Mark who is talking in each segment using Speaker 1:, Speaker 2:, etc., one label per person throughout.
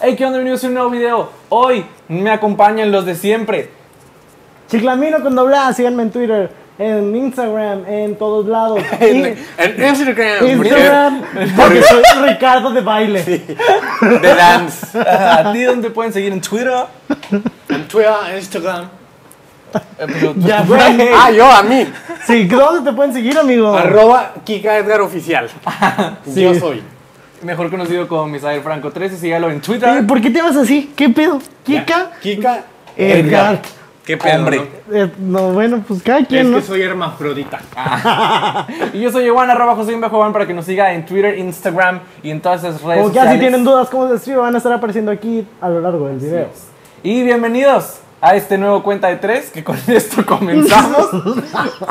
Speaker 1: Hey, ¿qué onda? Bienvenidos a un nuevo video. Hoy me acompañan los de siempre.
Speaker 2: Chiclamino con doblada, síganme en Twitter, en Instagram, en todos lados.
Speaker 3: En, en Instagram.
Speaker 2: Y Instagram, porque soy Ricardo de baile.
Speaker 3: porque- De dance.
Speaker 1: ¿A ti dónde pueden seguir? ¿En Twitter?
Speaker 3: En Twitter, Instagram.
Speaker 1: Eh, pero-
Speaker 2: Ya,
Speaker 1: Güey.
Speaker 2: güey.
Speaker 3: Ah, yo, a mí.
Speaker 2: Sí, ¿dónde te pueden seguir, amigo?
Speaker 3: Arroba Kika Edgar Oficial. Yo soy.
Speaker 1: Mejor conocido como Misael Franco 13, sígalo en
Speaker 2: Eh,
Speaker 1: Twitter.
Speaker 2: ¿Por qué te vas así? ¿Qué pedo? ¿Kika?
Speaker 3: Kika
Speaker 2: Edgar.
Speaker 3: Qué pedo, ¿no?
Speaker 2: Eh, no, bueno, pues cada quien,
Speaker 3: Es
Speaker 2: ¿no?
Speaker 3: que soy hermafrodita.
Speaker 1: Y yo soy Iván, arroba José Guión bajo Juan, para que nos siga en Twitter, Instagram y en todas esas redes
Speaker 2: Como que si
Speaker 1: sociales.
Speaker 2: tienen dudas cómo se escribe, van a estar apareciendo aquí a lo largo del video.
Speaker 1: Y bienvenidos a este nuevo cuenta de tres, que con esto comenzamos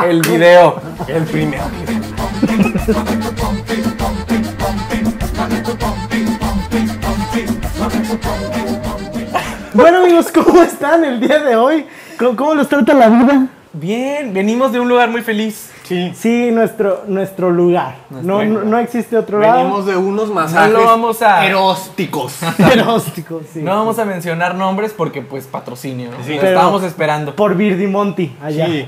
Speaker 1: el video.
Speaker 3: El primero.
Speaker 2: Bueno, amigos, ¿cómo están el día de hoy? ¿Cómo, cómo los trata la vida?
Speaker 1: Bien, venimos de un lugar muy feliz.
Speaker 3: Sí.
Speaker 2: Sí, nuestro, nuestro lugar. no, no, no existe otro lado.
Speaker 3: Venimos de unos masajes
Speaker 1: No lo vamos a-
Speaker 3: erósticos.
Speaker 2: Pero hostia, sí.
Speaker 1: No vamos a mencionar nombres porque, pues, patrocinio. ¿no?
Speaker 3: Sí.
Speaker 1: Lo
Speaker 2: Pero-
Speaker 1: estábamos esperando.
Speaker 2: Por Virdimonti, allá.
Speaker 3: Sí.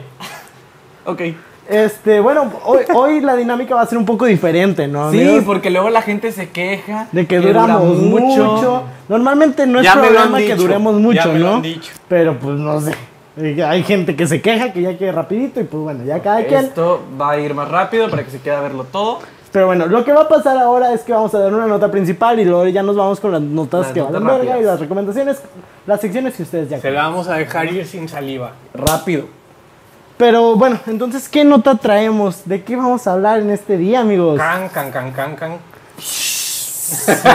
Speaker 1: Ok.
Speaker 2: Este, bueno, hoy, hoy la dinámica va a ser un poco diferente, ¿no?
Speaker 1: Sí,
Speaker 2: amigos?
Speaker 1: porque luego la gente se queja
Speaker 2: De que
Speaker 1: dura
Speaker 2: duramos mucho. Normalmente no es
Speaker 3: Ya me lo han
Speaker 2: problema que
Speaker 3: dicho,
Speaker 2: duremos
Speaker 3: ya
Speaker 2: mucho,
Speaker 3: me lo
Speaker 2: ¿no?
Speaker 3: han dicho.
Speaker 2: Pero pues no sé. Eh, Hay gente que se queja, que ya quiere rapidito y pues bueno, ya cada quien.
Speaker 1: Esto va a ir más rápido para que se quiera verlo todo.
Speaker 2: Pero bueno, lo que va a pasar ahora es que vamos a dar una nota principal y luego ya nos vamos con las notas
Speaker 1: Las
Speaker 2: que
Speaker 1: notas
Speaker 2: van a verga y
Speaker 1: rápidas.
Speaker 2: las recomendaciones, las secciones que ustedes ya
Speaker 3: Se
Speaker 2: conocen.
Speaker 3: la vamos a dejar ir sin saliva.
Speaker 1: Rápido.
Speaker 2: Pero bueno, entonces, ¿qué nota traemos? ¿De qué vamos a hablar en este día, amigos?
Speaker 3: Can, can, can, can, can. pues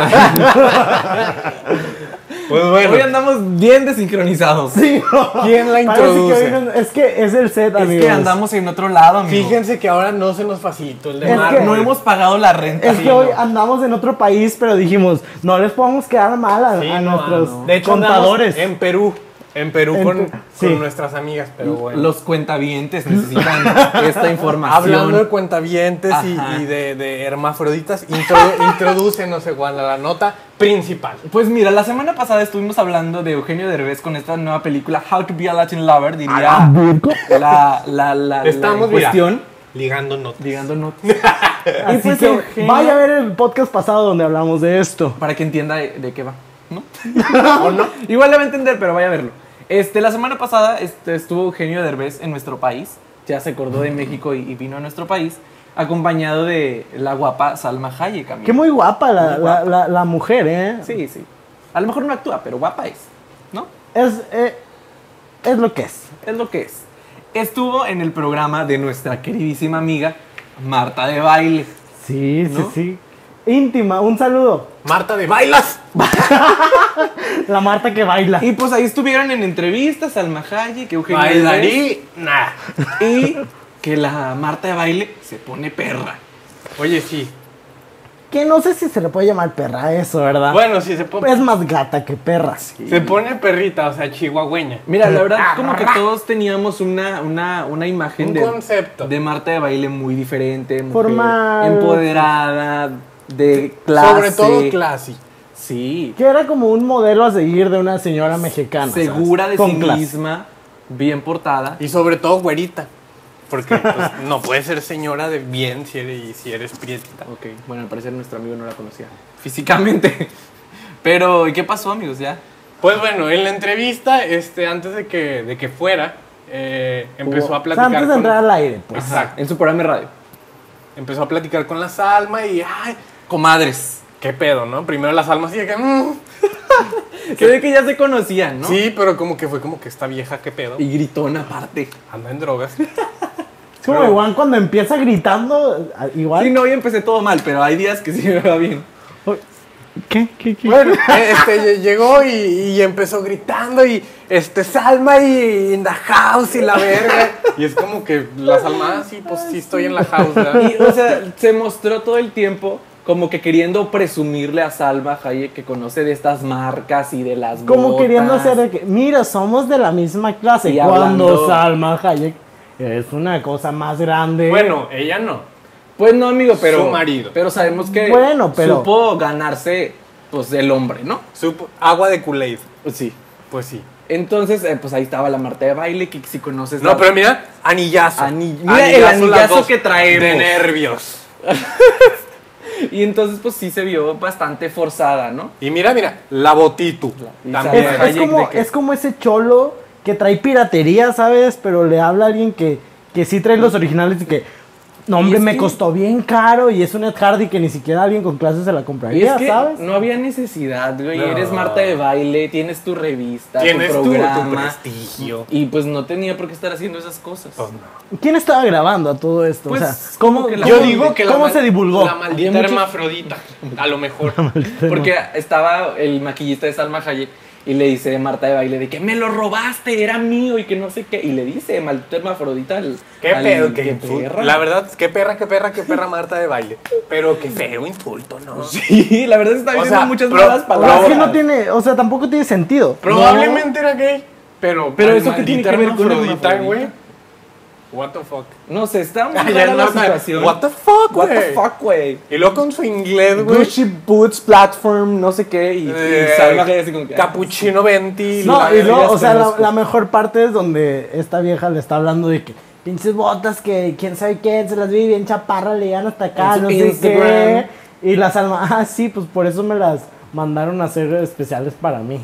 Speaker 1: Hoy
Speaker 3: bueno.
Speaker 1: andamos bien desincronizados.
Speaker 2: Sí,
Speaker 3: ¿Quién la
Speaker 2: Parece que
Speaker 3: introduce?
Speaker 2: hoy no- es que es el set,
Speaker 1: es
Speaker 2: amigos.
Speaker 1: que andamos en otro lado, amigo.
Speaker 3: Fíjense que ahora no se nos facilitó el de
Speaker 2: Es
Speaker 1: Mar,
Speaker 2: que-
Speaker 3: mar.
Speaker 1: no hemos pagado la renta.
Speaker 2: Es que
Speaker 1: Sí,
Speaker 2: hoy
Speaker 1: no.
Speaker 2: andamos en otro país, pero dijimos, no les podemos quedar mal a,
Speaker 3: Sí,
Speaker 2: a
Speaker 3: no,
Speaker 2: nuestros
Speaker 3: ah, no. De hecho,
Speaker 2: Eh, contadores.
Speaker 3: andamos En Perú. En Perú
Speaker 2: En
Speaker 3: con,
Speaker 2: Pe-
Speaker 3: con
Speaker 2: sí.
Speaker 3: nuestras amigas, pero bueno.
Speaker 1: Los cuentavientes necesitan esta información.
Speaker 3: Hablando de cuentavientes y,
Speaker 1: Ajá.
Speaker 3: y de, de hermafroditas, intro, introdúcenos, Juan, a la nota principal.
Speaker 1: Pues mira, la semana pasada estuvimos hablando de Eugenio Derbez con esta nueva película How to be a Latin Lover,
Speaker 2: Ah,
Speaker 1: diría la, la, la,
Speaker 3: Estamos,
Speaker 1: la
Speaker 3: mira,
Speaker 1: cuestión.
Speaker 3: ligando notas.
Speaker 1: Ligando notas.
Speaker 2: Así
Speaker 1: Y pues
Speaker 2: que
Speaker 1: Eugenio-
Speaker 2: vaya a ver el podcast pasado donde hablamos de esto.
Speaker 1: Para que entienda de, de qué va, ¿no? Igual le va a entender, pero vaya a verlo. Este, la semana pasada este, estuvo Eugenio Derbez en nuestro país. Ya se acordó de México y, y vino a nuestro país. Acompañado de la guapa Salma Hayek. amigo.
Speaker 2: Qué muy guapa la,
Speaker 1: Muy
Speaker 2: la-
Speaker 1: guapa.
Speaker 2: la- la mujer, ¿eh?
Speaker 1: Sí, sí. A lo mejor no actúa, pero guapa es, ¿no?
Speaker 2: Es, eh, es lo que es.
Speaker 1: Es lo que es. Estuvo en el programa de nuestra queridísima amiga Marta de Baile.
Speaker 2: Sí,
Speaker 1: ¿No?
Speaker 2: sí, sí. Íntima, un saludo.
Speaker 3: Marta de bailas.
Speaker 2: La Marta que baila.
Speaker 1: Y pues ahí estuvieron en entrevistas Salma Hayek, Eugenio Derbez,
Speaker 3: Bailarina.
Speaker 1: y que la Marta de Baile se pone perra.
Speaker 3: Oye, sí.
Speaker 2: Que no sé si se le puede llamar perra a eso, ¿verdad?
Speaker 3: Bueno, sí, se, pone
Speaker 2: Es más gata que perra.
Speaker 3: se pone perrita, o sea, chihuahueña.
Speaker 1: Mira, la verdad, como que todos teníamos una, una, una imagen
Speaker 3: Un
Speaker 1: de,
Speaker 3: concepto.
Speaker 1: de Marta de baile muy diferente, mujer
Speaker 2: Formal.
Speaker 1: empoderada, de clase.
Speaker 3: Sobre todo classy.
Speaker 1: Sí,
Speaker 2: Que era como un modelo a seguir de una señora mexicana. ¿sabes?
Speaker 1: segura de
Speaker 2: Con
Speaker 1: sí
Speaker 2: clase.
Speaker 1: misma, bien portada.
Speaker 3: Y sobre todo güerita. Porque pues, no puedes ser señora de bien si eres, si eres prietita.
Speaker 1: Ok, bueno, al parecer nuestro amigo no la conocía físicamente. Pero, ¿y qué pasó, amigos? Ya.
Speaker 3: Pues bueno, en la entrevista, este, antes de que, de que fuera, eh, empezó a platicar.
Speaker 2: Oh. Antes de
Speaker 3: con-
Speaker 2: entrar al aire, pues.
Speaker 3: Exacto.
Speaker 1: En su programa de radio.
Speaker 3: Empezó a platicar con la Salma y, ay,
Speaker 1: Comadres.
Speaker 3: qué pedo, ¿no? Primero la Salma así de que, "Mm".
Speaker 1: Se ve que ya se conocían, ¿no?
Speaker 3: sí, pero como que fue como que esta vieja, qué pedo.
Speaker 1: Y gritón aparte.
Speaker 3: Anda en drogas.
Speaker 2: Es como
Speaker 3: Pero-
Speaker 2: igual cuando empieza gritando, a- igual.
Speaker 1: Sí, no, hoy empecé todo mal, pero hay días que sí me va bien.
Speaker 2: ¿Qué? ¿Qué? ¿Qué?
Speaker 3: Bueno, eh, este, lle- llegó y, y empezó gritando y este Salma y in the house y la verga. Y es como que la Salma, ah, sí, pues sí estoy en la house. ¿verdad?
Speaker 1: Y, o sea, se mostró todo el tiempo como que queriendo presumirle a Salma Hayek que conoce de estas marcas y de las
Speaker 2: como
Speaker 1: botas.
Speaker 2: queriendo hacer de que, mira, somos de la misma clase.
Speaker 1: Y
Speaker 2: cuando
Speaker 1: hablando-
Speaker 2: Salma Hayek es una cosa más grande.
Speaker 3: Bueno, ella no.
Speaker 1: Pues no, amigo, pero...
Speaker 3: Su marido.
Speaker 1: Pero sabemos que
Speaker 2: Bueno, pero-
Speaker 1: supo ganarse pues el hombre, ¿no?
Speaker 3: Supo- agua de Kool-Aid.
Speaker 1: Sí.
Speaker 3: Pues sí.
Speaker 1: Entonces, eh, pues ahí estaba la Marta de baile, que si conoces
Speaker 3: No,
Speaker 1: la-
Speaker 3: pero mira, anillazo.
Speaker 1: Ani- mira el
Speaker 3: las
Speaker 1: anillazo
Speaker 3: dos
Speaker 1: que traemos.
Speaker 3: De nervios.
Speaker 1: Y entonces, pues sí se vio bastante forzada, ¿no?
Speaker 3: Y mira, mira, la botitu.
Speaker 1: Y
Speaker 3: También.
Speaker 1: sale-
Speaker 2: Es, es
Speaker 1: Hayek de
Speaker 2: como,
Speaker 1: que-
Speaker 2: es como ese cholo que trae piratería, ¿sabes? Pero le habla a alguien que, que sí trae los originales y que, no,
Speaker 1: Y
Speaker 2: hombre,
Speaker 1: es
Speaker 2: me
Speaker 1: que-
Speaker 2: costó bien caro y es un Ed Hardy que ni siquiera alguien con clases se la
Speaker 1: Y
Speaker 2: compraría,
Speaker 1: es que
Speaker 2: ¿sabes?
Speaker 1: no había necesidad, güey.
Speaker 3: No.
Speaker 1: Eres Marta de baile, tienes tu revista,
Speaker 3: Tienes
Speaker 1: tu
Speaker 3: tu, tu
Speaker 1: programa.
Speaker 3: prestigio.
Speaker 1: y pues no tenía por qué estar haciendo esas cosas.
Speaker 3: Pues no.
Speaker 2: ¿Quién estaba grabando a todo esto?
Speaker 1: Pues,
Speaker 2: o sea, ¿cómo,
Speaker 1: como que la-
Speaker 2: cómo-
Speaker 1: Yo digo
Speaker 2: cómo se divulgó?
Speaker 3: La maldita
Speaker 1: Había muchos-
Speaker 3: hermafrodita. A lo mejor.
Speaker 1: Porque estaba el maquillista de Salma Hayek y le dice a Marta de baile de que me lo robaste, era mío y que no sé qué. Y le dice maldita hermafrodita al.
Speaker 3: Qué
Speaker 1: al
Speaker 3: pedo,
Speaker 1: que
Speaker 3: qué insulto.
Speaker 1: perra.
Speaker 3: La verdad, qué perra, qué perra, qué perra Marta de baile. Pero qué feo insulto, ¿no?
Speaker 1: Sí, la verdad está
Speaker 3: O
Speaker 1: diciendo
Speaker 3: sea,
Speaker 1: muchas
Speaker 3: pero-
Speaker 1: malas
Speaker 2: O sea,
Speaker 1: palabras.
Speaker 2: es que no tiene, o sea, tampoco tiene sentido.
Speaker 3: Probablemente era gay. Pero,
Speaker 1: Pero
Speaker 3: ay,
Speaker 1: eso qué tiene
Speaker 3: maldita
Speaker 1: que ver con
Speaker 3: hermafrodita,
Speaker 1: hermafrodita.
Speaker 3: What the fuck.
Speaker 1: No sé, está muy
Speaker 3: Ya
Speaker 1: rara
Speaker 3: no,
Speaker 1: la
Speaker 3: o sea,
Speaker 1: situación.
Speaker 3: What the fuck,
Speaker 1: What the
Speaker 3: güey.
Speaker 1: fuck, güey.
Speaker 3: Y luego con su inglés, güey.
Speaker 1: Gucci Boots Platform, no sé qué, y, y
Speaker 3: Eh,
Speaker 1: Salma Hayek así como que, ah,
Speaker 3: Capuchino Venti.
Speaker 2: No,
Speaker 3: la
Speaker 2: y luego,
Speaker 1: las
Speaker 2: o sea, la,
Speaker 1: conozco.
Speaker 2: la mejor parte es donde esta vieja le está hablando de que pinches botas que quién sabe quién se las vi bien chaparra, le llegan hasta
Speaker 1: En
Speaker 2: acá,
Speaker 1: su
Speaker 2: no sé
Speaker 1: Instagram.
Speaker 2: qué. Y las almas, ah, sí, pues por eso me las mandaron a hacer especiales para mí.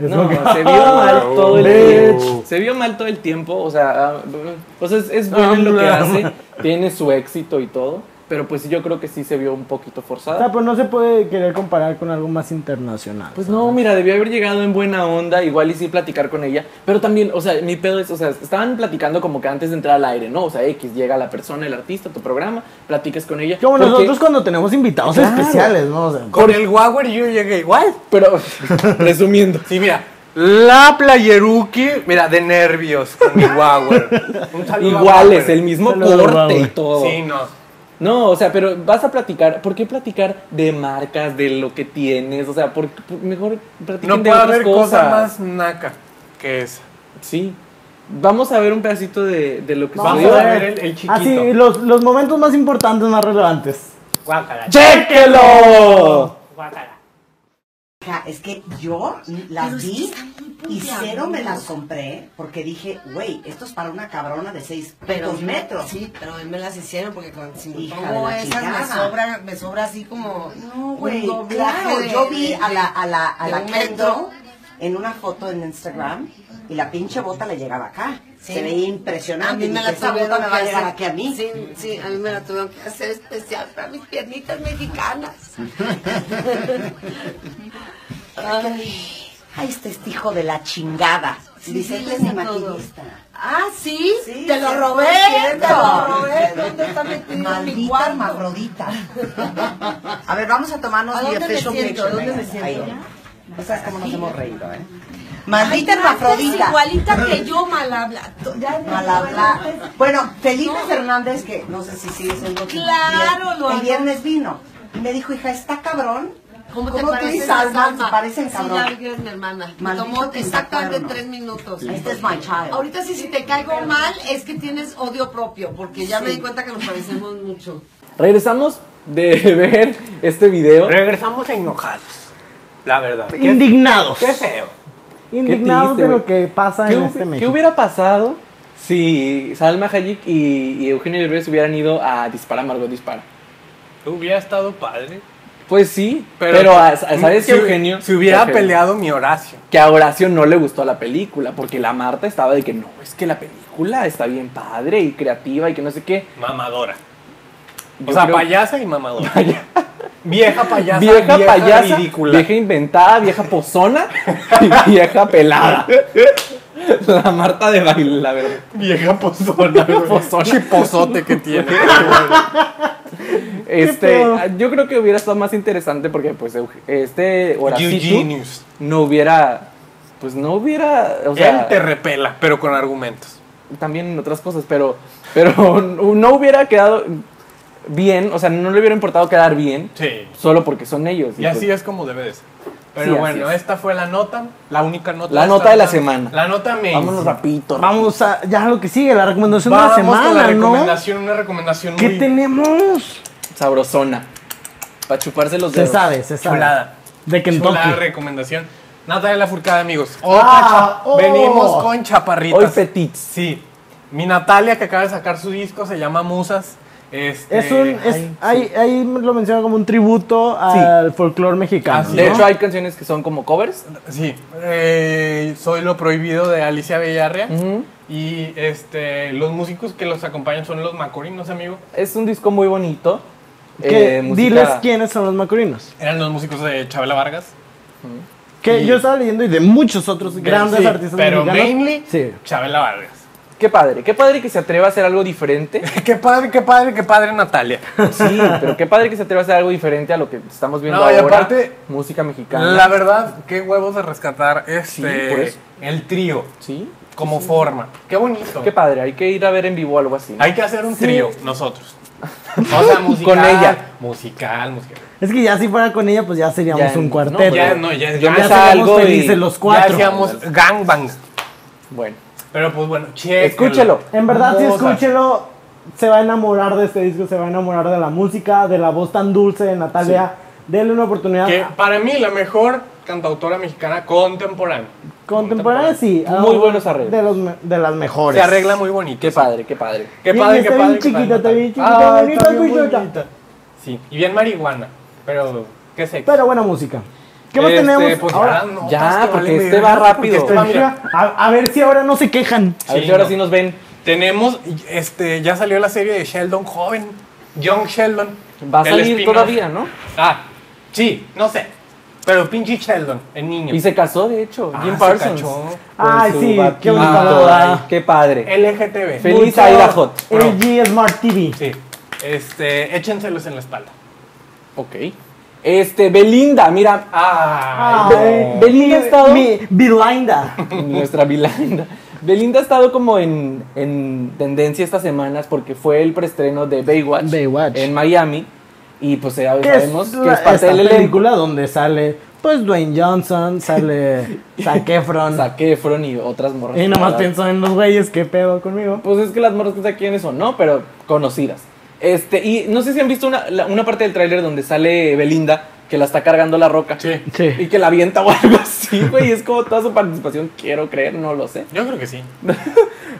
Speaker 2: Es
Speaker 1: No,
Speaker 2: lo que-
Speaker 1: se vio mal todo el
Speaker 2: Bitch.
Speaker 1: tiempo. Se vio mal todo el tiempo. O sea, ah, o sea, es, es bueno en lo que
Speaker 2: Ah,
Speaker 1: hace. Tiene su éxito y todo. Pero pues yo creo que sí se vio un poquito
Speaker 2: O sea,
Speaker 1: forzada.
Speaker 2: pues no se puede querer comparar con algo más internacional.
Speaker 1: Pues no, mira, debió haber llegado en buena onda, igual y sí platicar con ella. Pero también, o sea, mi pedo es, o sea, estaban platicando como que antes de entrar al aire, ¿no? O sea, X, llega la persona, el artista, tu programa, platicas con ella.
Speaker 2: Como
Speaker 1: porque-
Speaker 2: nosotros cuando tenemos invitados
Speaker 1: Claro.
Speaker 2: especiales, ¿no? O sea,
Speaker 3: Con el Huawei yo llegué igual.
Speaker 1: Pero, resumiendo.
Speaker 3: Sí, mira. La playeruki, mira, de nervios con mi Huawei. Un saludo a
Speaker 1: Iguales,
Speaker 3: Huawei.
Speaker 1: el mismo
Speaker 2: Saludos,
Speaker 1: corte y
Speaker 2: Huawei.
Speaker 1: todo.
Speaker 3: Sí, no.
Speaker 1: No, o sea, pero vas a platicar, ¿por qué platicar de marcas, de lo que tienes? O sea, por, por- mejor platiquen
Speaker 3: No
Speaker 1: de
Speaker 3: puede
Speaker 1: otras
Speaker 3: haber
Speaker 1: cosas.
Speaker 3: cosa más naca que esa.
Speaker 1: Sí. Vamos a ver un pedacito de, de lo que
Speaker 3: Vamos
Speaker 1: sucedió.
Speaker 3: a ver el- el chiquito.
Speaker 2: Así, los, los momentos más importantes, más relevantes.
Speaker 4: Guácala,
Speaker 1: ¡Chéquelo!
Speaker 4: guácala.
Speaker 5: Hija, es que yo las vi y cero me las compré porque dije, güey, esto es para una cabrona de seis
Speaker 6: pero
Speaker 5: putos metros.
Speaker 6: Sí, pero a mí me las hicieron porque con, si me
Speaker 5: Hija
Speaker 6: pongo
Speaker 5: de la
Speaker 6: esas me
Speaker 5: chingada.
Speaker 6: sobra, me sobra así como
Speaker 5: No,
Speaker 6: un
Speaker 5: güey,
Speaker 6: doblaje
Speaker 5: claro,
Speaker 6: de-
Speaker 5: yo vi
Speaker 6: de-
Speaker 5: a la, a la, a
Speaker 6: de
Speaker 5: la
Speaker 6: un
Speaker 5: Kendall
Speaker 6: metro.
Speaker 5: en una foto en Instagram y la pinche bota le llegaba acá.
Speaker 6: Sí.
Speaker 5: Se veía
Speaker 6: A
Speaker 5: impresionante.
Speaker 6: mí me
Speaker 5: Dije,
Speaker 6: la
Speaker 5: "Esa bota
Speaker 6: tuvieron
Speaker 5: me
Speaker 6: que
Speaker 5: va a llegar
Speaker 6: hacer
Speaker 5: aquí a mí.
Speaker 6: Sí, sí, a mí me la tuvieron que hacer especial para mis piernitas mexicanas. Ay,
Speaker 5: Ahí está este hijo de la chingada.
Speaker 6: Sí,
Speaker 5: Vicente es
Speaker 6: sí,
Speaker 5: mi
Speaker 6: todo.
Speaker 5: maquinista.
Speaker 6: Ah, sí,
Speaker 5: Sí,
Speaker 6: te lo
Speaker 5: cien
Speaker 6: robé,
Speaker 5: por ciento.
Speaker 6: te lo robé. ¿Dónde está metido mi
Speaker 5: Maldita
Speaker 6: cuarto?
Speaker 5: hermafrodita. A ver, vamos a tomarnos
Speaker 6: ¿A
Speaker 5: the
Speaker 6: dónde me
Speaker 5: official
Speaker 6: siento?
Speaker 5: picture,
Speaker 6: ¿Dónde
Speaker 5: venga.
Speaker 6: me siento?
Speaker 5: Ahí. No sabes cómo nos hemos reído, ¿eh?
Speaker 6: Ay,
Speaker 5: Maldita
Speaker 6: no, eres
Speaker 5: hermafrodita.
Speaker 6: Igualita que yo, mal habla. Ya eres
Speaker 5: Mal habla.
Speaker 6: igualita.
Speaker 5: Bueno, Felipe Fernández, que no sé si sigue siendo tu
Speaker 6: Claro,
Speaker 5: cliente,
Speaker 6: lo
Speaker 5: El
Speaker 6: amo.
Speaker 5: viernes vino y me dijo, hija, está cabrón.
Speaker 6: ¿Cómo, te
Speaker 5: tú
Speaker 6: parece?
Speaker 5: y Salma se parecen
Speaker 6: Sí, ya vi
Speaker 5: cabrón?
Speaker 6: que eres mi hermana. Me
Speaker 5: Maldito
Speaker 6: tomó
Speaker 5: pinche
Speaker 6: exactamente
Speaker 5: cuerno.
Speaker 6: tres minutos.
Speaker 5: Este es my child.
Speaker 6: Ahorita sí, si te caigo mal, es que tienes odio propio, porque ya me di cuenta que nos parecemos mucho.
Speaker 1: Regresamos de ver este video.
Speaker 3: Regresamos enojados. La verdad. Qué,
Speaker 2: Indignados.
Speaker 3: qué feo.
Speaker 2: Indignados
Speaker 1: triste,
Speaker 2: de
Speaker 1: güey.
Speaker 2: lo que pasa
Speaker 1: ¿Qué,
Speaker 2: en
Speaker 1: hubi-
Speaker 2: este
Speaker 1: qué
Speaker 2: México.
Speaker 1: hubiera pasado si Salma Hayek y, y Eugenio Derbez hubieran ido a Dispara Margot Dispara?
Speaker 3: Hubiera estado padre.
Speaker 1: Pues sí, pero, a- a- ¿sabes
Speaker 3: si,
Speaker 1: qué, Eugenio?
Speaker 3: Si hubiera
Speaker 1: Eugenio.
Speaker 3: peleado mi Horacio.
Speaker 1: que a Horacio no le gustó la película, porque la Marta estaba de que no, es que la película está bien padre y creativa y que no sé qué.
Speaker 3: Mamadora. O
Speaker 1: Yo
Speaker 3: sea,
Speaker 1: creo-
Speaker 3: payasa y mamadora. Vieja payasa.
Speaker 1: Vieja, payasa,
Speaker 3: ridícula.
Speaker 1: vieja inventada, vieja pozona y vieja pelada. La Marta de baile, la verdad.
Speaker 3: Vieja pozona. Vieja
Speaker 1: pozona.
Speaker 3: Chipozote que tiene.
Speaker 1: Este,
Speaker 2: pedo?
Speaker 1: yo creo que hubiera estado más interesante porque pues Euge- este Horacio
Speaker 3: Eugenius.
Speaker 1: no hubiera pues no hubiera, o sea,
Speaker 3: Él te repela, pero con argumentos.
Speaker 1: también en otras cosas, pero, pero no hubiera quedado bien, o sea, no le hubiera importado quedar bien,
Speaker 3: Sí.
Speaker 1: solo porque son ellos.
Speaker 3: Y así
Speaker 1: pues,
Speaker 3: es como debe de ser.
Speaker 1: Sí,
Speaker 3: Pero
Speaker 1: así
Speaker 3: bueno,
Speaker 1: es.
Speaker 3: esta fue la nota, la única nota.
Speaker 1: La
Speaker 3: esta
Speaker 1: nota de la semana.
Speaker 3: La nota me.
Speaker 1: Vámonos rapidito.
Speaker 2: Vamos a ya lo que sigue, la recomendación
Speaker 3: Vamos
Speaker 2: de la semana,
Speaker 3: con la
Speaker 2: ¿no?
Speaker 3: recomendación, una recomendación
Speaker 2: ¿Qué
Speaker 3: muy
Speaker 2: tenemos?
Speaker 1: Sabrosona. Para chuparse los
Speaker 2: Se
Speaker 1: dedos.
Speaker 2: sabe, se sabe.
Speaker 3: chulada.
Speaker 2: De Kentucky.
Speaker 3: Chula recomendación. Natalia Lafourcade, amigos.
Speaker 2: Ah,
Speaker 3: Otra cha-
Speaker 2: oh.
Speaker 3: Venimos con chaparritas.
Speaker 1: Hoy petits.
Speaker 3: Sí. Mi Natalia, que acaba de sacar su disco, se llama Musas. Este,
Speaker 2: Es un. es-
Speaker 3: ay,
Speaker 2: ahí, ahí lo menciona como un tributo al folclore mexicano.
Speaker 3: Así
Speaker 2: ¿no?
Speaker 1: De hecho, hay canciones que son como covers.
Speaker 3: Sí. Eh, soy lo prohibido de Alicia Villarreal. Y este, los músicos que los acompañan son los Macorinos, amigo.
Speaker 1: Es un disco muy bonito.
Speaker 2: Que
Speaker 1: eh, música-
Speaker 2: diles quiénes son los macurinos.
Speaker 3: Eran los músicos de Chabela Vargas.
Speaker 2: Que
Speaker 3: Y-
Speaker 2: yo estaba leyendo y de muchos otros grandes
Speaker 3: Sí,
Speaker 2: artistas
Speaker 3: Pero
Speaker 2: mexicanos.
Speaker 3: mainly,
Speaker 2: Sí.
Speaker 3: Chabela Vargas.
Speaker 1: Qué padre, qué padre que se atreva a hacer algo diferente.
Speaker 3: Qué padre, qué padre, qué padre, Natalia.
Speaker 1: Sí, pero qué padre que se atreva a hacer algo diferente a lo que estamos viendo
Speaker 3: No, y
Speaker 1: ahora.
Speaker 3: aparte,
Speaker 1: música mexicana.
Speaker 3: La verdad, qué huevos de rescatar
Speaker 1: Sí, por
Speaker 3: este
Speaker 1: eso.
Speaker 3: el trío
Speaker 1: Sí.
Speaker 3: como forma. Qué bonito.
Speaker 1: Qué padre, hay que ir a ver en vivo algo así. ¿no?
Speaker 3: Hay que hacer un trío nosotros. O sea, musical,
Speaker 1: Con ella.
Speaker 3: musical, musical.
Speaker 2: Es que ya si fuera con ella, pues ya seríamos
Speaker 1: Ya,
Speaker 2: un
Speaker 1: no,
Speaker 2: cuarteto.
Speaker 3: Ya no, ya
Speaker 1: Yo
Speaker 3: ya-
Speaker 1: me
Speaker 2: ya
Speaker 1: salgo
Speaker 2: seríamos
Speaker 1: y-
Speaker 2: felices los
Speaker 3: Ya
Speaker 2: cuatro.
Speaker 3: hacíamos gangbang.
Speaker 1: Bueno,
Speaker 3: Pero pues bueno, che.
Speaker 1: Escúchelo.
Speaker 2: En verdad, si
Speaker 3: Hermosa.
Speaker 2: escúchelo, se va a enamorar de este disco, se va a enamorar de la música, de la voz tan dulce de Natalia. Denle una oportunidad.
Speaker 3: Que para mí la mejor cantautora mexicana contemporánea.
Speaker 2: Contemporánea, sí.
Speaker 1: Muy
Speaker 2: algo
Speaker 1: buenos arreglos.
Speaker 2: De, los me- de las mejores.
Speaker 3: Se arregla muy bonito.
Speaker 1: qué
Speaker 3: sí.
Speaker 1: padre, qué padre.
Speaker 3: Qué
Speaker 2: Y- y
Speaker 3: padre,
Speaker 2: está
Speaker 3: qué padre.
Speaker 2: Pues, bien
Speaker 3: qué padre,
Speaker 2: chiquita, está
Speaker 3: padre.
Speaker 2: bien chiquita,
Speaker 3: Ay,
Speaker 2: bonita,
Speaker 3: está bien
Speaker 2: cuchota.
Speaker 3: bonita. Sí, y bien marihuana. Pero, ¿qué sé?
Speaker 2: Pero buena música. ¿Qué más
Speaker 3: Este,
Speaker 2: tenemos?
Speaker 3: pues,
Speaker 2: ahora,
Speaker 3: ya, no,
Speaker 1: ya,
Speaker 3: es que
Speaker 1: porque
Speaker 3: vale
Speaker 1: este
Speaker 3: verga,
Speaker 1: va
Speaker 3: porque
Speaker 1: rápido.
Speaker 3: este va, mira,
Speaker 2: a, a ver si ahora no se quejan.
Speaker 1: A ver
Speaker 3: Sí,
Speaker 1: si ahora
Speaker 3: no.
Speaker 1: sí nos ven.
Speaker 3: Tenemos, este, ya salió la serie de Sheldon joven, Young Sheldon.
Speaker 1: Va a
Speaker 3: El
Speaker 1: salir
Speaker 3: spin-off.
Speaker 1: todavía, ¿no?
Speaker 3: Ah, sí, no sé. Pero pinche Sheldon, el niño.
Speaker 1: Y se casó, de hecho,
Speaker 3: Ah,
Speaker 1: Jim
Speaker 3: se
Speaker 1: Parsons.
Speaker 3: cachó.
Speaker 1: Con
Speaker 2: Ay,
Speaker 1: su
Speaker 2: sí, qué
Speaker 1: vaquito
Speaker 2: bonita boda.
Speaker 1: ahí, Qué padre.
Speaker 3: LGTB.
Speaker 1: Feliz
Speaker 2: Mucho
Speaker 1: Idaho.
Speaker 2: LG Smart TV.
Speaker 3: Sí. Este, échenselos en la espalda.
Speaker 1: Ok. Este, Belinda, mira,
Speaker 3: Ah,
Speaker 2: Ay,
Speaker 1: no. Belinda ha estado-
Speaker 2: Mi, Belinda.
Speaker 1: nuestra Belinda. Belinda ha estado como en, en tendencia estas semanas porque fue el preestreno de Baywatch,
Speaker 2: Baywatch.
Speaker 1: en Miami. Y pues ya
Speaker 2: Que
Speaker 1: sabemos que
Speaker 2: la-
Speaker 1: es em- parte
Speaker 2: esta
Speaker 1: del elenco.
Speaker 2: película donde sale, pues, Dwayne Johnson, sale Zac Efron.
Speaker 1: Zac Efron y otras morras.
Speaker 2: y nomás
Speaker 1: ¿verdad?
Speaker 2: pensó en los güeyes, qué pedo conmigo.
Speaker 1: Pues es que las morras que sé quiénes son, ¿no? Pero conocidas. Este, y no sé si han visto una, la- una parte del tráiler donde sale Belinda que la está cargando la roca.
Speaker 3: Sí.
Speaker 1: Y que la avienta o algo así, güey. Es como toda su participación, quiero creer, no lo sé.
Speaker 3: Yo creo que sí.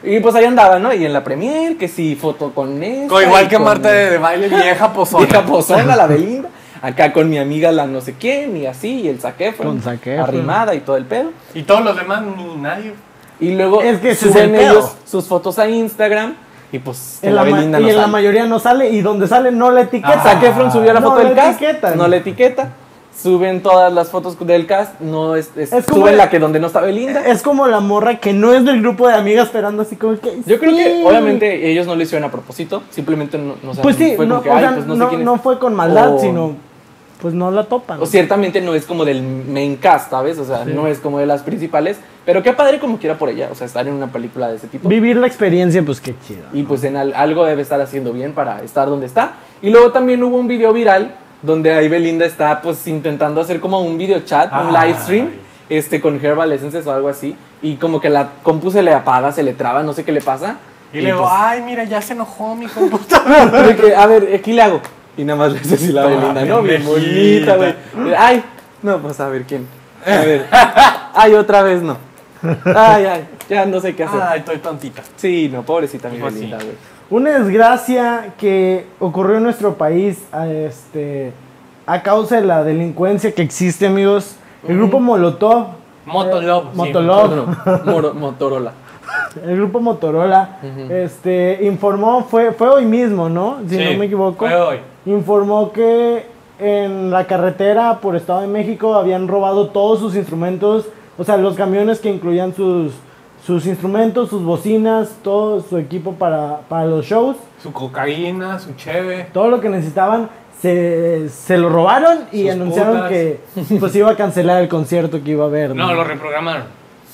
Speaker 1: Y pues ahí andaba, ¿no? Y en la premier, que si foto con él.
Speaker 3: Co- Igual que Marta de, de baile, vieja pozona.
Speaker 1: Vieja pozona, la Belinda. Acá con mi amiga la no sé quién y así, y el saquefro.
Speaker 2: Con Zac Efron.
Speaker 1: Arrimada y todo el pedo.
Speaker 3: Y todos los demás, ni nadie.
Speaker 1: Y luego
Speaker 2: Es que ese es
Speaker 1: suben
Speaker 2: el pedo.
Speaker 1: ellos sus fotos a Instagram y pues
Speaker 2: En la ma-
Speaker 1: Belinda
Speaker 2: y
Speaker 1: no
Speaker 2: en la
Speaker 1: sale. Ah,
Speaker 2: mayoría no sale, y donde sale no la etiqueta.
Speaker 1: Zac Efron subió la
Speaker 2: No
Speaker 1: foto del
Speaker 2: la
Speaker 1: cast,
Speaker 2: etiquetan.
Speaker 1: no la etiqueta. Suben todas las fotos del cast, no es, es-
Speaker 2: Es como
Speaker 1: suben
Speaker 2: el-
Speaker 1: la que donde no está Belinda.
Speaker 2: Es como la morra que no es del grupo de amigas esperando así como que.
Speaker 1: Yo creo
Speaker 2: sí.
Speaker 1: que obviamente ellos no lo hicieron a propósito, simplemente no, no sé,
Speaker 2: Pues sí,
Speaker 1: fue
Speaker 2: no,
Speaker 1: como que,
Speaker 2: o
Speaker 1: "Ay,
Speaker 2: sea,
Speaker 1: pues no,
Speaker 2: no,
Speaker 1: sé quién es".
Speaker 2: no fue con maldad,
Speaker 1: O-
Speaker 2: sino pues no la topan.
Speaker 1: O ciertamente no es como del main cast, ¿sabes? O sea, no es como de las principales, pero qué padre como quiera por ella, o sea, estar en una película de ese tipo.
Speaker 2: Vivir la experiencia, pues qué chido.
Speaker 1: y pues en al- algo debe estar haciendo bien para estar donde está. Y luego también hubo un video viral donde ahí Belinda está pues intentando hacer como un video chat, un
Speaker 3: Ay.
Speaker 1: live stream, este con Herbal Essences o algo así, y como que la compu se le apaga, se le traba, no sé qué le pasa.
Speaker 3: Y, le digo,
Speaker 1: pues,
Speaker 3: ay, mira, ya se enojó mi computadora.
Speaker 1: de que, a ver, aquí le hago. Y nada más le hace así la
Speaker 3: Ah,
Speaker 1: Belinda, ¿no? Bien
Speaker 3: pendejita.
Speaker 1: bonita, güey. Ay, no, pues a ver quién. A ver. Ay, otra vez no. Ay, ay, ya no sé qué hacer.
Speaker 3: Ay, estoy tontita.
Speaker 1: Sí, no, pobrecita mi
Speaker 3: Pues sí.
Speaker 1: Belinda, güey.
Speaker 2: Una desgracia que ocurrió en nuestro país a, este, a causa de la delincuencia que existe, amigos. El grupo Molotov.
Speaker 3: Motolov, sí,
Speaker 2: Motolov,
Speaker 1: Motorola. Moro- Motorola.
Speaker 2: El grupo Motorola este, informó, fue, fue hoy mismo, ¿no? Si
Speaker 3: Sí,
Speaker 2: no me equivoco.
Speaker 3: fue hoy.
Speaker 2: Informó que en la carretera por Estado de México habían robado todos sus instrumentos, o sea, los camiones que incluían sus, sus instrumentos, sus bocinas, todo su equipo para, para los shows.
Speaker 3: Su cocaína, su cheve.
Speaker 2: todo lo que necesitaban se, se lo robaron y
Speaker 3: Sus
Speaker 2: anunciaron
Speaker 3: putas.
Speaker 2: que pues iba a cancelar el concierto que iba a haber.
Speaker 3: No,
Speaker 2: ¿no?
Speaker 3: lo reprogramaron.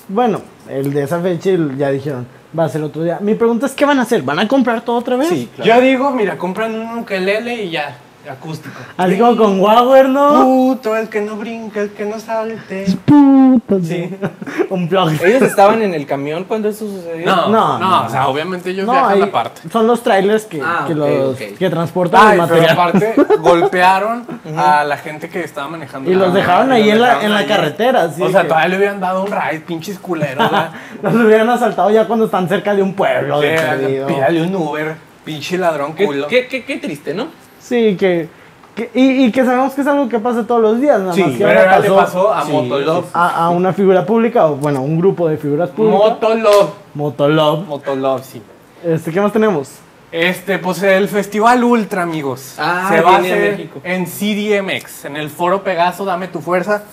Speaker 2: Bueno, el de esa fecha y ya dijeron, va a ser otro día. Mi pregunta es, ¿qué van a hacer? ¿Van a comprar todo otra vez?
Speaker 1: Sí,
Speaker 3: Yo digo, mira, compran un ukelele y ya.
Speaker 1: acústico.
Speaker 2: Así como con Wauer, Ah, ¿no?
Speaker 3: Puto, el que no brinca, el que no salte.
Speaker 2: Sí. Un blog.
Speaker 1: ¿Ellos estaban en el camión cuando eso sucedió?
Speaker 3: No,
Speaker 2: No,
Speaker 3: no,
Speaker 2: no,
Speaker 3: o sea, obviamente ellos
Speaker 2: No,
Speaker 3: viajan
Speaker 2: ahí
Speaker 3: aparte.
Speaker 2: son los trailers que,
Speaker 1: Ah,
Speaker 2: que
Speaker 1: ok,
Speaker 2: los
Speaker 1: ok.
Speaker 2: que transportan
Speaker 3: Ay,
Speaker 2: el
Speaker 3: pero
Speaker 2: material.
Speaker 3: aparte golpearon a la gente que estaba manejando.
Speaker 2: Y
Speaker 3: la-
Speaker 2: los dejaron ahí
Speaker 3: los
Speaker 2: en la,
Speaker 3: dejaron
Speaker 2: en la
Speaker 3: ahí.
Speaker 2: carretera. así
Speaker 3: O sea,
Speaker 2: que-
Speaker 3: todavía le hubieran dado un ride, pinches culeros. ¿verdad?
Speaker 2: Los hubieran asaltado ya cuando están cerca de un pueblo de
Speaker 3: Sí,
Speaker 2: perdido.
Speaker 3: Pídale un Uber, pinche ladrón
Speaker 1: Qué,
Speaker 3: culo.
Speaker 1: qué- qué- qué triste, ¿no?
Speaker 2: Sí, que, que- y, y que sabemos que es algo que pasa todos los días, nada
Speaker 3: Sí,
Speaker 2: más que
Speaker 3: pero
Speaker 2: ahora
Speaker 3: ahora le
Speaker 2: pasó,
Speaker 3: pasó a Motolov.
Speaker 2: a, a una figura pública, o bueno, un grupo de figuras públicas.
Speaker 3: Motolov.
Speaker 2: Motolove.
Speaker 3: Motolov, sí.
Speaker 2: Este, ¿qué más tenemos?
Speaker 3: Este, pues el Festival Ultra, amigos.
Speaker 1: Ah,
Speaker 3: Se va a
Speaker 1: viene a
Speaker 3: hacer
Speaker 1: México.
Speaker 3: en CDMX, en el Foro Pegaso, Dame tu Fuerza.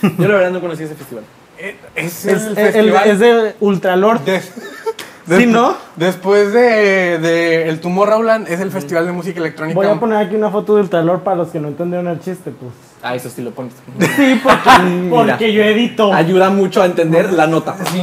Speaker 1: Yo la verdad no conocí ese festival.
Speaker 3: Eh, Es,
Speaker 2: Es,
Speaker 3: el
Speaker 2: el-
Speaker 3: festival.
Speaker 2: es de Ultralord.
Speaker 3: Des-
Speaker 2: Sí, ¿no?
Speaker 3: Después de, de El Tumor Rauland, es el Festival de Música Electrónica.
Speaker 2: Voy a poner aquí una foto de Ultralord para los que no entendieron el chiste, pues.
Speaker 1: Ah, eso sí lo pones.
Speaker 2: Sí, porque, porque yo edito.
Speaker 1: Ayuda mucho a entender la nota.
Speaker 3: Sí.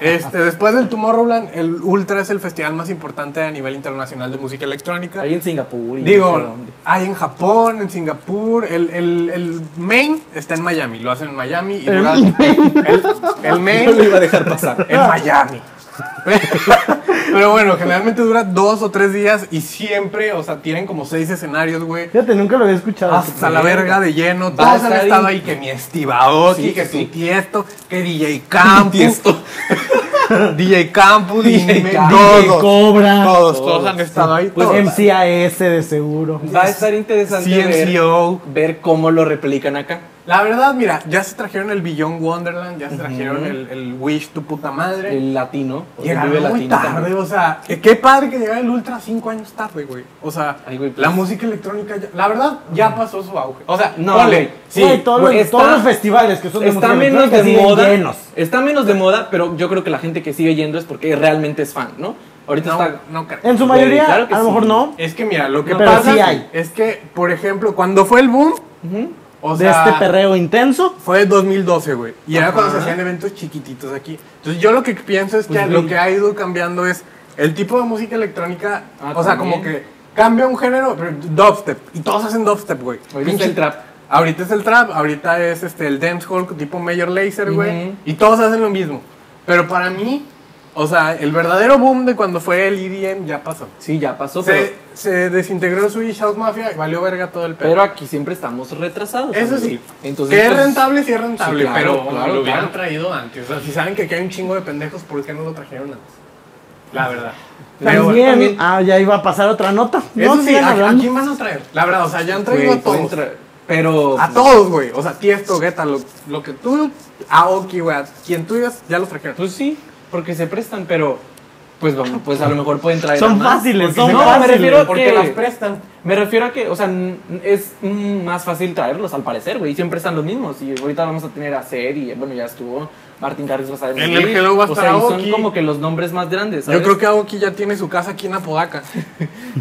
Speaker 3: Este, después del Tomorrowland, el Ultra es el festival más importante a nivel internacional de música electrónica.
Speaker 1: Ahí en Singapur. y no sé
Speaker 3: Digo,
Speaker 1: dónde.
Speaker 3: hay en Japón, en Singapur, el, el, el main está en Miami, lo hacen en Miami y dura- el, el
Speaker 1: no lo
Speaker 3: main
Speaker 1: iba a dejar pasar.
Speaker 3: en Miami. Pero bueno, generalmente dura dos o tres días y siempre, o sea, tienen como seis escenarios, güey.
Speaker 2: Fíjate, nunca lo había escuchado.
Speaker 3: Hasta la verga de lleno.
Speaker 1: Va a
Speaker 3: Todos han
Speaker 1: estar
Speaker 3: estado
Speaker 1: in-
Speaker 3: ahí que mi Estibaoki,
Speaker 1: Sí,
Speaker 3: que
Speaker 1: sí.
Speaker 3: tu tiesto, que DJ Campus.
Speaker 1: Tiesto.
Speaker 3: DJ Campus,
Speaker 1: DJ
Speaker 3: DJ
Speaker 1: Campus.
Speaker 2: DJ
Speaker 3: todos,
Speaker 2: Cobra.
Speaker 3: todos, todos han estado ahí.
Speaker 2: Pues
Speaker 3: todos.
Speaker 2: MCAS de seguro.
Speaker 1: Va a estar interesante ver,
Speaker 3: CNCO.
Speaker 1: ver cómo lo replican acá.
Speaker 3: La verdad, mira, ya se trajeron el Beyond Wonderland, ya se trajeron el, el Wish, tu puta madre.
Speaker 1: El latino. o el
Speaker 3: Llegaron
Speaker 1: Vive
Speaker 3: muy
Speaker 1: Latino
Speaker 3: tarde,
Speaker 1: también.
Speaker 3: o sea, que- qué padre que llegara el Ultra cinco años tarde, güey. O sea,
Speaker 1: Ay, güey, pues.
Speaker 3: la música electrónica, ya- la verdad, ya pasó su auge. O sea,
Speaker 1: No,
Speaker 3: ponle,
Speaker 1: güey.
Speaker 3: sí,
Speaker 2: Güey, todos, los,
Speaker 1: güey, está-
Speaker 2: todos los festivales que son de
Speaker 1: Está
Speaker 2: música
Speaker 1: menos de
Speaker 2: electrónica
Speaker 1: moda.
Speaker 2: siguen llenos.
Speaker 1: Está menos de moda, pero yo creo que la gente que sigue yendo es porque realmente es fan, ¿no? Ahorita
Speaker 3: no,
Speaker 1: está.
Speaker 3: no creo.
Speaker 2: En su
Speaker 1: Güey,
Speaker 2: mayoría,
Speaker 1: claro que
Speaker 2: a lo
Speaker 1: sí.
Speaker 2: mejor no.
Speaker 3: Es que mira, lo que
Speaker 2: Pero
Speaker 3: pasa
Speaker 2: sí hay.
Speaker 3: es que, por ejemplo, cuando fue el boom, o
Speaker 2: de
Speaker 3: sea,
Speaker 2: este perreo intenso.
Speaker 3: fue 2012, güey. Y era cuando se hacían eventos chiquititos aquí. Entonces yo lo que pienso es que
Speaker 1: Pues,
Speaker 3: lo
Speaker 1: güey.
Speaker 3: que ha ido cambiando es el tipo de música electrónica.
Speaker 1: Ah,
Speaker 3: o sea,
Speaker 1: también.
Speaker 3: como que cambia un género, pero dubstep. Y todos hacen dubstep, güey.
Speaker 1: Ahorita
Speaker 3: Pinche-
Speaker 1: es el trap.
Speaker 3: Ahorita es el trap, ahorita es este, el dancehall tipo Major Lazer, güey.
Speaker 1: Ujú.
Speaker 3: Y todos hacen lo mismo. Pero para mí, o sea, el verdadero boom de cuando fue el EDM ya pasó.
Speaker 1: Sí, ya pasó,
Speaker 3: Se,
Speaker 1: pero,
Speaker 3: se desintegró Swedish House Mafia y valió verga todo el pedo.
Speaker 1: pero aquí siempre estamos retrasados.
Speaker 3: Eso
Speaker 1: amigo.
Speaker 3: sí.
Speaker 1: Entonces,
Speaker 3: que es
Speaker 1: pues,
Speaker 3: rentable, sí es rentable.
Speaker 1: sí, claro,
Speaker 3: pero
Speaker 1: claro,
Speaker 3: o sea, lo hubieran
Speaker 1: claro.
Speaker 3: traído antes. O sea, si saben que aquí hay un chingo de pendejos, ¿por qué no lo trajeron antes? La verdad. Pero bueno,
Speaker 2: También.
Speaker 1: también-
Speaker 2: Ah, ya iba a pasar otra nota.
Speaker 3: Eso
Speaker 2: no
Speaker 3: sí,
Speaker 2: sigan
Speaker 3: ¿a, a
Speaker 2: hablando.
Speaker 3: quién van a traer? La verdad, o sea, ya han
Speaker 1: güey,
Speaker 3: traído a todos.
Speaker 1: pueden tra- Pero.
Speaker 3: A todos, güey. O sea, Tiesto, Guetta, lo, lo que tú, Aoki, güey, a quien tú digas, ya los trajeron.
Speaker 1: Pues sí, porque se prestan, pero. Pues vamos, pues a lo mejor pueden traer. a
Speaker 2: Son
Speaker 1: más.
Speaker 2: fáciles,
Speaker 1: Porque
Speaker 2: son
Speaker 1: se- no,
Speaker 2: fáciles.
Speaker 1: me refiero a
Speaker 3: Porque
Speaker 1: que-
Speaker 3: las prestan.
Speaker 1: Me refiero a que, o sea, n- es mm, más fácil traerlos al parecer, güey. Siempre están los mismos. Y ahorita vamos a tener a Ser y, bueno, ya estuvo. Martín Garrix va a estar
Speaker 3: En
Speaker 1: Madrid.
Speaker 3: el que luego va a
Speaker 1: O
Speaker 3: estar
Speaker 1: sea, y son
Speaker 3: Aoki.
Speaker 1: como que los nombres más grandes.
Speaker 3: Yo creo que Aoki ya tiene su casa aquí en Apodaca.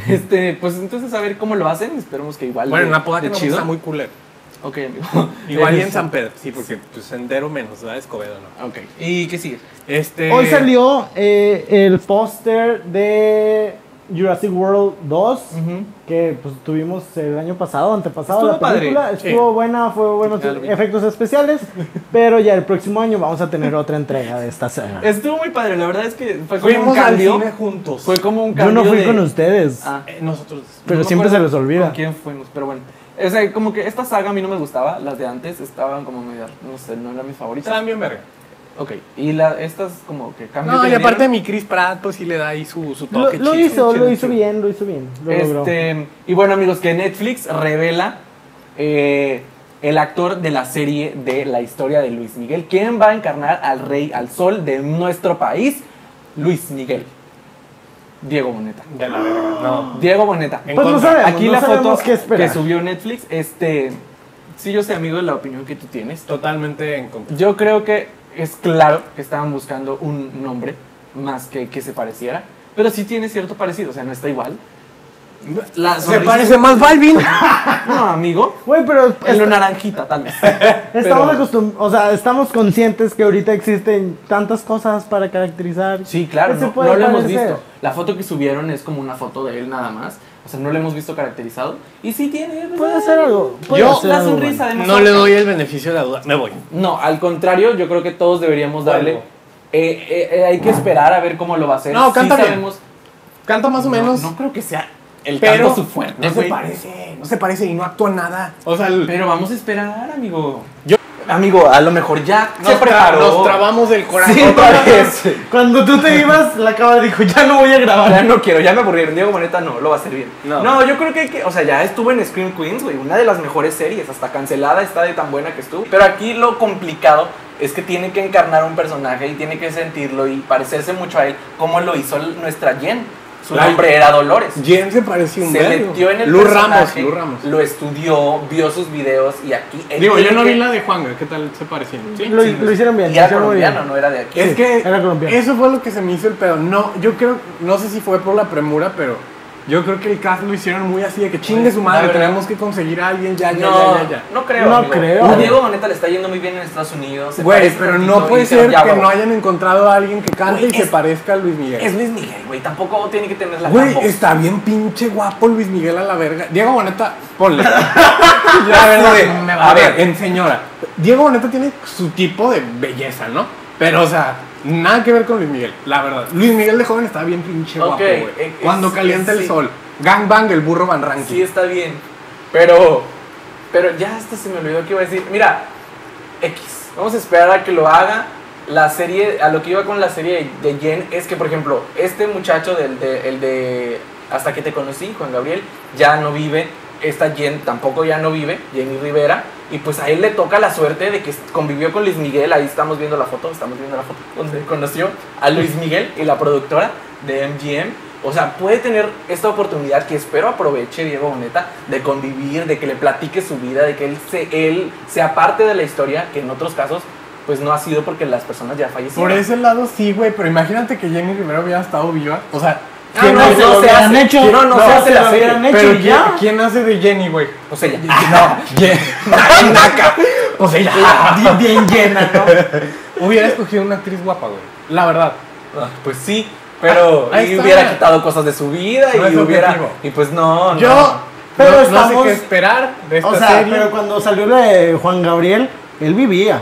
Speaker 1: que. Este, pues entonces a ver cómo lo hacen. Esperemos que igual.
Speaker 3: bueno,
Speaker 1: de-
Speaker 3: en Apodaca
Speaker 1: de
Speaker 3: no
Speaker 1: chido.
Speaker 3: está muy culero.
Speaker 1: Ok, amigo. Este,
Speaker 3: Igual y en
Speaker 1: Es-
Speaker 3: San Pedro. Sí, porque pues, sendero menos, ¿verdad? Escobedo, ¿no?
Speaker 1: Ok. ¿Y qué sigue?
Speaker 3: Este...
Speaker 2: Hoy salió eh, el póster de Jurassic World 2.
Speaker 1: Ujú.
Speaker 2: Que pues tuvimos el año pasado, antepasado,
Speaker 1: Estuvo
Speaker 2: la película
Speaker 1: padre,
Speaker 2: estuvo buena, fue buenos
Speaker 1: Ya lo vi.
Speaker 2: efectos especiales, pero ya el próximo año vamos a tener otra entrega de esta saga.
Speaker 1: Estuvo muy padre. La verdad es que fue como
Speaker 3: Fuimos
Speaker 1: un
Speaker 3: al
Speaker 1: cambio.
Speaker 3: cine juntos.
Speaker 1: Fue como un
Speaker 2: Yo
Speaker 1: cambio.
Speaker 2: no fui
Speaker 1: de-
Speaker 2: con ustedes,
Speaker 1: Ah.
Speaker 3: Eh, nosotros.
Speaker 2: pero
Speaker 1: No me
Speaker 2: siempre se
Speaker 1: acuerdo
Speaker 2: les olvida.
Speaker 1: ¿Con quién fuimos? Pero bueno. O sea, como que esta saga a mí no me gustaba. Las de antes estaban como medio. No sé, no eran mis favoritas.
Speaker 3: Estaban bien verga.
Speaker 1: Ok. Y la, estas como que cambian.
Speaker 3: No, y aparte mi Chris Pratt, pues sí le da ahí su, su
Speaker 1: oh,
Speaker 2: Lo,
Speaker 3: toque
Speaker 2: lo
Speaker 3: chido.
Speaker 2: hizo,
Speaker 3: Chido,
Speaker 2: lo hizo
Speaker 3: chido.
Speaker 2: bien, lo hizo bien. Lo logró.
Speaker 1: Este, y bueno, amigos, que Netflix revela eh, el actor de la serie de la historia de Luis Miguel. ¿Quién va a encarnar al rey, al sol de nuestro país? Luis Miguel. Diego Boneta.
Speaker 3: De la verga, no.
Speaker 1: Diego Boneta.
Speaker 3: En
Speaker 2: Pues no
Speaker 3: contra.
Speaker 2: sabemos,
Speaker 1: Aquí
Speaker 2: no
Speaker 1: la
Speaker 2: sabemos
Speaker 1: foto
Speaker 2: qué esperar.
Speaker 1: que subió Netflix, este, sí yo sé amigo de la opinión que tú tienes.
Speaker 3: Totalmente en contra.
Speaker 1: Yo creo que es claro que estaban buscando un nombre más que que se pareciera, pero sí tiene cierto parecido, o sea, no está igual. La
Speaker 3: Se
Speaker 1: sonrisa-
Speaker 3: parece más Balvin.
Speaker 1: No, amigo.
Speaker 2: Güey, pero
Speaker 1: En
Speaker 2: esta-
Speaker 1: lo naranjita, tal vez.
Speaker 2: estamos
Speaker 1: Pero-
Speaker 2: acostum- o sea, estamos conscientes que ahorita existen tantas cosas para caracterizar.
Speaker 1: Sí, claro,
Speaker 2: ¿Qué se
Speaker 1: no,
Speaker 2: puede
Speaker 1: no lo hemos
Speaker 2: parecer?
Speaker 1: visto. La foto que subieron es como una foto de él nada más. O sea, no lo hemos visto caracterizado. Y sí tiene.
Speaker 2: Puede hacer algo. puede
Speaker 3: Yo-
Speaker 2: hacer
Speaker 1: la
Speaker 2: algo
Speaker 1: sonrisa de
Speaker 3: No
Speaker 1: Mazorca.
Speaker 3: le doy el beneficio de la duda. Me voy.
Speaker 1: No, al contrario, yo creo que todos deberíamos darle.
Speaker 3: Algo.
Speaker 1: Eh, eh, eh, hay que esperar a ver cómo lo va a hacer.
Speaker 3: No, canta bien.
Speaker 1: sabemos-
Speaker 3: Canta más o menos.
Speaker 1: No, no creo que sea el
Speaker 3: Pero
Speaker 1: canto su fuerte.
Speaker 3: no se
Speaker 1: güey.
Speaker 3: parece, no se parece y no actúa nada. O sea, el-
Speaker 1: Pero vamos a esperar, amigo.
Speaker 3: Yo-
Speaker 1: Amigo, a lo mejor ya
Speaker 3: nos
Speaker 1: se
Speaker 3: tra-
Speaker 1: preparó.
Speaker 3: Nos trabamos del corazón.
Speaker 1: Sí,
Speaker 3: otra vez.
Speaker 1: parece.
Speaker 2: Cuando tú te ibas, la cámara dijo, ya no voy a
Speaker 1: Ya
Speaker 2: grabar.
Speaker 1: no quiero, ya me aburrieron. Diego Boneta no, lo va a hacer bien.
Speaker 3: No.
Speaker 1: No, yo creo que, hay que- o sea, ya estuvo en Scream Queens, güey, una de las mejores series, hasta cancelada está de tan buena que estuvo. Pero aquí lo complicado es que tiene que encarnar un personaje y tiene que sentirlo y parecerse mucho a él, como lo hizo l- nuestra Jen. Su
Speaker 3: La-
Speaker 1: nombre era Dolores.
Speaker 3: Jen se pareció un
Speaker 1: Se
Speaker 3: vergo.
Speaker 1: metió en el
Speaker 3: Lu Ramos,
Speaker 1: personaje,
Speaker 3: Lu Ramos.
Speaker 1: lo estudió, vio sus videos y aquí... él
Speaker 3: Digo,
Speaker 1: tiene
Speaker 3: yo no
Speaker 1: que-
Speaker 3: vi la de Juanga, ¿qué tal se parecían? Sí.
Speaker 2: Lo, lo hicieron bien.
Speaker 1: Y
Speaker 2: lo
Speaker 1: era
Speaker 2: hicieron muy bien.
Speaker 1: colombiano, no era de aquí.
Speaker 3: Es que
Speaker 2: era colombiano.
Speaker 3: eso fue lo que se me hizo el pedo. No, yo creo, no sé si fue por la premura, pero yo creo que el cast lo hicieron muy así de que chingue su
Speaker 1: La
Speaker 3: madre,
Speaker 1: verdad.
Speaker 3: tenemos que conseguir a alguien ya, ya,
Speaker 1: No,
Speaker 3: ya, ya, ya.
Speaker 1: no creo.
Speaker 2: No
Speaker 1: amigo.
Speaker 2: creo.
Speaker 1: A Diego Boneta le está yendo muy bien en Estados Unidos. se
Speaker 3: Güey,
Speaker 1: parece
Speaker 3: pero
Speaker 1: tantito
Speaker 3: no
Speaker 1: y
Speaker 3: puede
Speaker 1: dijeron,
Speaker 3: ser
Speaker 1: "Ya,
Speaker 3: que
Speaker 1: huevo".
Speaker 3: no hayan encontrado a alguien que cante
Speaker 1: Güey,
Speaker 3: y se
Speaker 1: es-
Speaker 3: parezca a Luis Miguel.
Speaker 1: Es Luis Miguel, güey. Tampoco tiene que tener la
Speaker 3: Güey,
Speaker 1: tambo.
Speaker 3: está bien pinche guapo Luis Miguel a la verga. Diego Boneta, ponle. La verdad,
Speaker 1: Sí,
Speaker 3: me
Speaker 1: a
Speaker 3: va a ver,
Speaker 1: ver.
Speaker 3: en señora. Diego Boneta tiene su tipo de belleza, ¿no? Pero, o sea, nada que ver con Luis Miguel, la verdad. Luis Miguel de joven estaba bien pinche
Speaker 1: Ok,
Speaker 3: guapo, güey.
Speaker 1: eh,
Speaker 3: Cuando
Speaker 1: es-
Speaker 3: calienta
Speaker 1: es-
Speaker 3: el
Speaker 1: sí.
Speaker 3: sol. Gang bang, el burro van ranking.
Speaker 1: Sí, está bien. Pero. Pero ya hasta se me olvidó que iba a decir. Mira, X. Vamos a esperar a que lo haga. La serie, a lo que iba con la serie de Jen es que, por ejemplo, este muchacho del de, el de Hasta que te conocí, Juan Gabriel, ya no vive. Esta Jen tampoco ya no vive, Jenny Rivera. Y pues a él le toca la suerte de que convivió con Luis Miguel. Ahí estamos viendo la foto, estamos viendo la foto donde conoció a Luis Miguel y la productora de MGM. O sea, puede tener esta oportunidad que espero aproveche Diego Boneta de convivir, de que le platique su vida, de que él, se, él sea parte de la historia, que en otros casos pues no ha sido porque las personas ya fallecieron.
Speaker 3: Por ese lado sí, güey, pero imagínate que Jenny Rivera hubiera estado viva. O sea,
Speaker 1: Ah, no,
Speaker 3: hace-
Speaker 1: no,
Speaker 2: lo
Speaker 1: se
Speaker 2: hubieran
Speaker 1: hace.
Speaker 2: hecho.
Speaker 1: No, no,
Speaker 2: No,
Speaker 1: se hace
Speaker 2: se
Speaker 1: la
Speaker 2: lo
Speaker 1: serie.
Speaker 2: hubieran
Speaker 3: pero
Speaker 2: hecho y
Speaker 3: ¿quién,
Speaker 2: ya.
Speaker 3: ¿quién hace de Jenny, güey?
Speaker 1: O sea, ya. Ah,
Speaker 3: Ye- Naca. O sea, ya, bien, bien llena, ¿no? Hubiera escogido una actriz guapa, güey. La verdad.
Speaker 1: Ah, Pues sí, pero
Speaker 3: Ah, ahí
Speaker 1: y
Speaker 3: está.
Speaker 1: hubiera quitado cosas de su vida
Speaker 3: No
Speaker 1: y
Speaker 3: es
Speaker 1: hubiera
Speaker 3: objetivo.
Speaker 1: y pues no, no.
Speaker 3: Yo
Speaker 2: Pero
Speaker 3: no, no sé
Speaker 2: estamos-
Speaker 3: qué esperar de esta
Speaker 2: O sea,
Speaker 3: serie.
Speaker 2: pero cuando salió la de Juan Gabriel, él vivía.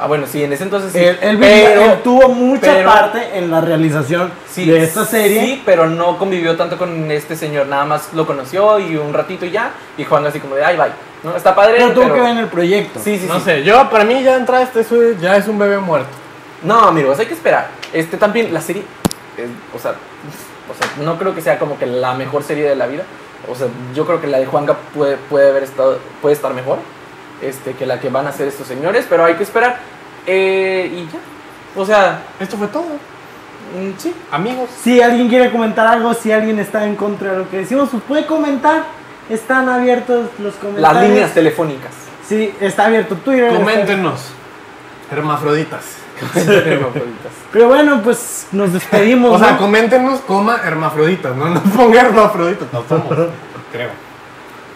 Speaker 1: Ah, bueno, sí, en ese entonces sí.
Speaker 2: Él, él vivía,
Speaker 1: pero
Speaker 2: él tuvo mucha
Speaker 1: pero-
Speaker 2: parte en la realización
Speaker 1: Sí,
Speaker 2: de esta serie.
Speaker 1: Sí, pero no convivió tanto con este señor, nada más lo conoció y un ratito y ya, y Juan así como de, ay, bye. ¿No? Está padre,
Speaker 2: Pero tuvo
Speaker 1: pero-
Speaker 2: que ver en el proyecto.
Speaker 1: Sí, sí,
Speaker 3: no
Speaker 1: sí.
Speaker 3: sé, yo para mí ya entraste, eso es- ya es un bebé muerto.
Speaker 1: No, amigos, hay que esperar. Este también, la serie, eh, o, sea, o sea, no creo que sea como que la mejor serie de la vida. O sea, yo creo que la de Juanga puede, puede haber estado, puede estar mejor este, que la que van a hacer estos señores, pero hay que esperar. Eh, y ya. O sea,
Speaker 3: Esto fue todo,
Speaker 1: mm, sí.
Speaker 3: amigos.
Speaker 2: Si alguien quiere comentar algo, si alguien está en contra de lo que decimos, pues puede comentar. Están abiertos los comentarios.
Speaker 1: Las líneas telefónicas.
Speaker 2: Sí, está abierto Twitter. está-
Speaker 3: Coméntenos. Hermafroditas.
Speaker 2: Pero bueno, pues nos despedimos.
Speaker 3: O sea,
Speaker 2: ¿no?
Speaker 3: coméntenos, coma hermafroditas, no nos ponga hermafroditas, no somos, creo.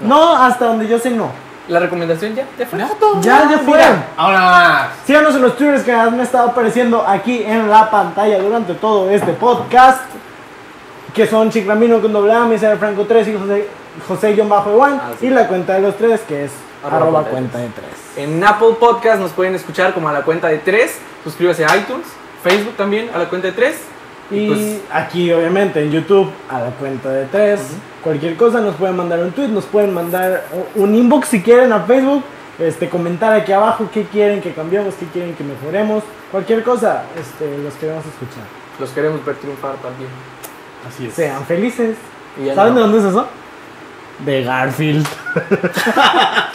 Speaker 2: No, hasta donde yo sé no.
Speaker 1: la recomendación ya, ya fue.
Speaker 2: Ya, ya fue.
Speaker 3: Mira, Ahora más.
Speaker 2: Síganos en los twitters que han estado apareciendo aquí en la pantalla durante todo este podcast. Que son Chiclamino con doble A, Misael Franco 3 y José, José John Bajo Igual.
Speaker 1: Ah, sí.
Speaker 2: Y la cuenta de los tres que es
Speaker 1: Arroba
Speaker 2: arroba
Speaker 1: cuenta
Speaker 2: cuenta
Speaker 1: de
Speaker 2: de tres.
Speaker 1: En Apple Podcast nos pueden escuchar como a la cuenta de 3. Suscríbase a iTunes, Facebook también a la cuenta de 3.
Speaker 2: Y
Speaker 1: pues-
Speaker 2: aquí obviamente en YouTube a la cuenta de tres. Cualquier cosa nos pueden mandar un tweet, nos pueden mandar un inbox si quieren a Facebook. Este, comentar aquí abajo qué quieren que cambiemos, qué quieren que mejoremos. Cualquier cosa, este, los queremos escuchar.
Speaker 1: Los queremos ver triunfar también.
Speaker 3: Así es.
Speaker 2: Sean felices.
Speaker 1: Y ya
Speaker 2: ¿Saben
Speaker 1: no.
Speaker 2: de dónde es eso? De Garfield. Ah,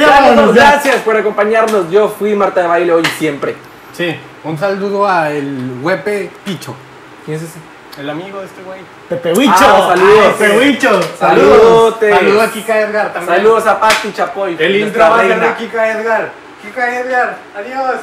Speaker 1: Ya vámonos, Gracias por acompañarnos. Yo fui Marta de Baile hoy y siempre.
Speaker 3: Sí, un saludo a el huepe Picho.
Speaker 1: ¿Quién es ese?
Speaker 3: El amigo de este güey.
Speaker 2: Pepe Huicho.
Speaker 1: Ah, saludos.
Speaker 2: Ay, Pepe Huicho.
Speaker 1: Saludotes.
Speaker 3: Saludo a Kika Edgar también.
Speaker 1: Saludos a Patti Chapoy.
Speaker 3: El
Speaker 1: nuestra
Speaker 3: intro va a ser
Speaker 1: reina.
Speaker 3: de Kika Edgar. Kika Edgar, adiós.